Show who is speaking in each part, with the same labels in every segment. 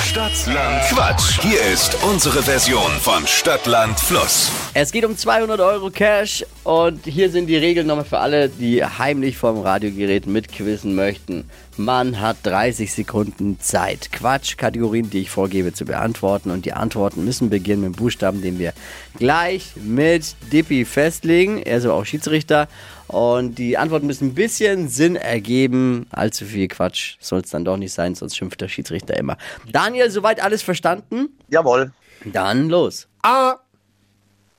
Speaker 1: Stadtland Quatsch. Hier ist unsere Version von Stadtland Fluss.
Speaker 2: Es geht um 200 Euro Cash und hier sind die Regeln nochmal für alle, die heimlich vom Radiogerät mitquizzen möchten. Man hat 30 Sekunden Zeit, Quatschkategorien, die ich vorgebe, zu beantworten und die Antworten müssen beginnen mit dem Buchstaben, den wir gleich mit Dippi festlegen. Er ist aber auch Schiedsrichter und die Antworten müssen ein bisschen Sinn ergeben. Allzu viel Quatsch soll es dann doch nicht sein, sonst schimpft der Schiedsrichter immer. Daniel, soweit alles verstanden?
Speaker 3: Jawohl.
Speaker 2: Dann los.
Speaker 4: A.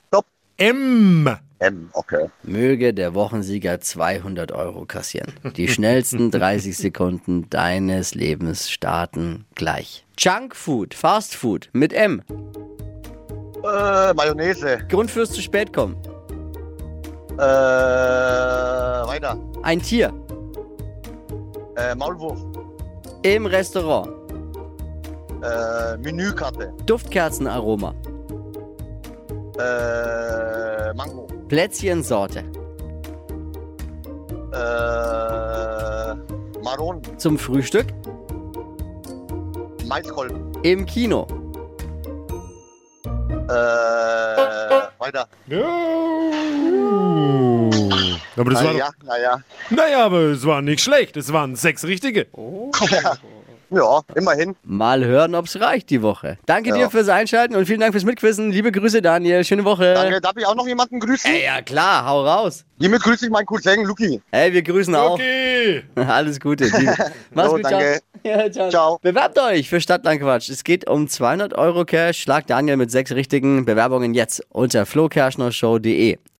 Speaker 3: Stopp.
Speaker 4: M.
Speaker 3: M, okay.
Speaker 2: Möge der Wochensieger 200 Euro kassieren. Die schnellsten 30 Sekunden deines Lebens starten gleich. Junkfood, Fastfood mit M.
Speaker 3: Äh, Mayonnaise.
Speaker 2: Grund fürs zu spät kommen.
Speaker 3: Äh, weiter.
Speaker 2: Ein Tier
Speaker 3: Äh, Maulwurf.
Speaker 2: im Restaurant.
Speaker 3: Äh, Menükarte.
Speaker 2: Duftkerzenaroma.
Speaker 3: Äh, Mango.
Speaker 2: Plätzchensorte.
Speaker 3: Äh, Maron.
Speaker 2: Zum Frühstück
Speaker 3: Maiskolben.
Speaker 2: im Kino.
Speaker 3: Äh, weiter.
Speaker 4: No. Aber das war.
Speaker 3: Naja, naja.
Speaker 4: Naja, aber es war nicht schlecht. Es waren sechs richtige.
Speaker 3: Ja,
Speaker 4: Äh.
Speaker 3: immerhin.
Speaker 2: Mal hören, ob's reicht die Woche. Danke
Speaker 3: Ja.
Speaker 2: dir fürs Einschalten und vielen Dank fürs Mitquissen. Liebe Grüße, Daniel. Schöne Woche.
Speaker 3: Danke, darf ich auch noch jemanden grüßen?
Speaker 2: Ey, ja klar, hau raus.
Speaker 3: Hiermit grüße ich meinen Cousin Luki.
Speaker 2: Ey, wir grüßen auch.
Speaker 4: Okay.
Speaker 2: Alles Gute. Mach's
Speaker 3: So,
Speaker 2: gut, Ciao.
Speaker 3: danke.
Speaker 2: Ja, ciao.
Speaker 3: Ciao.
Speaker 2: Bewerbt euch für Stadtlandquatsch. Es geht um 200 Euro Cash. Schlag Daniel mit sechs richtigen Bewerbungen jetzt unter flokerschnershow.de.